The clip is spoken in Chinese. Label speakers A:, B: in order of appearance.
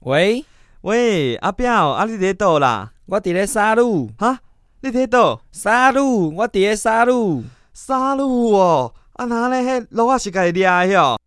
A: 喂，
B: 喂，阿表，啊，你伫咧倒啦？
A: 我伫咧沙路，
B: 哈，你伫咧倒？
A: 沙路，我伫咧沙路。
B: 沙路哦，啊，那咧迄路啊是家己掠的哦。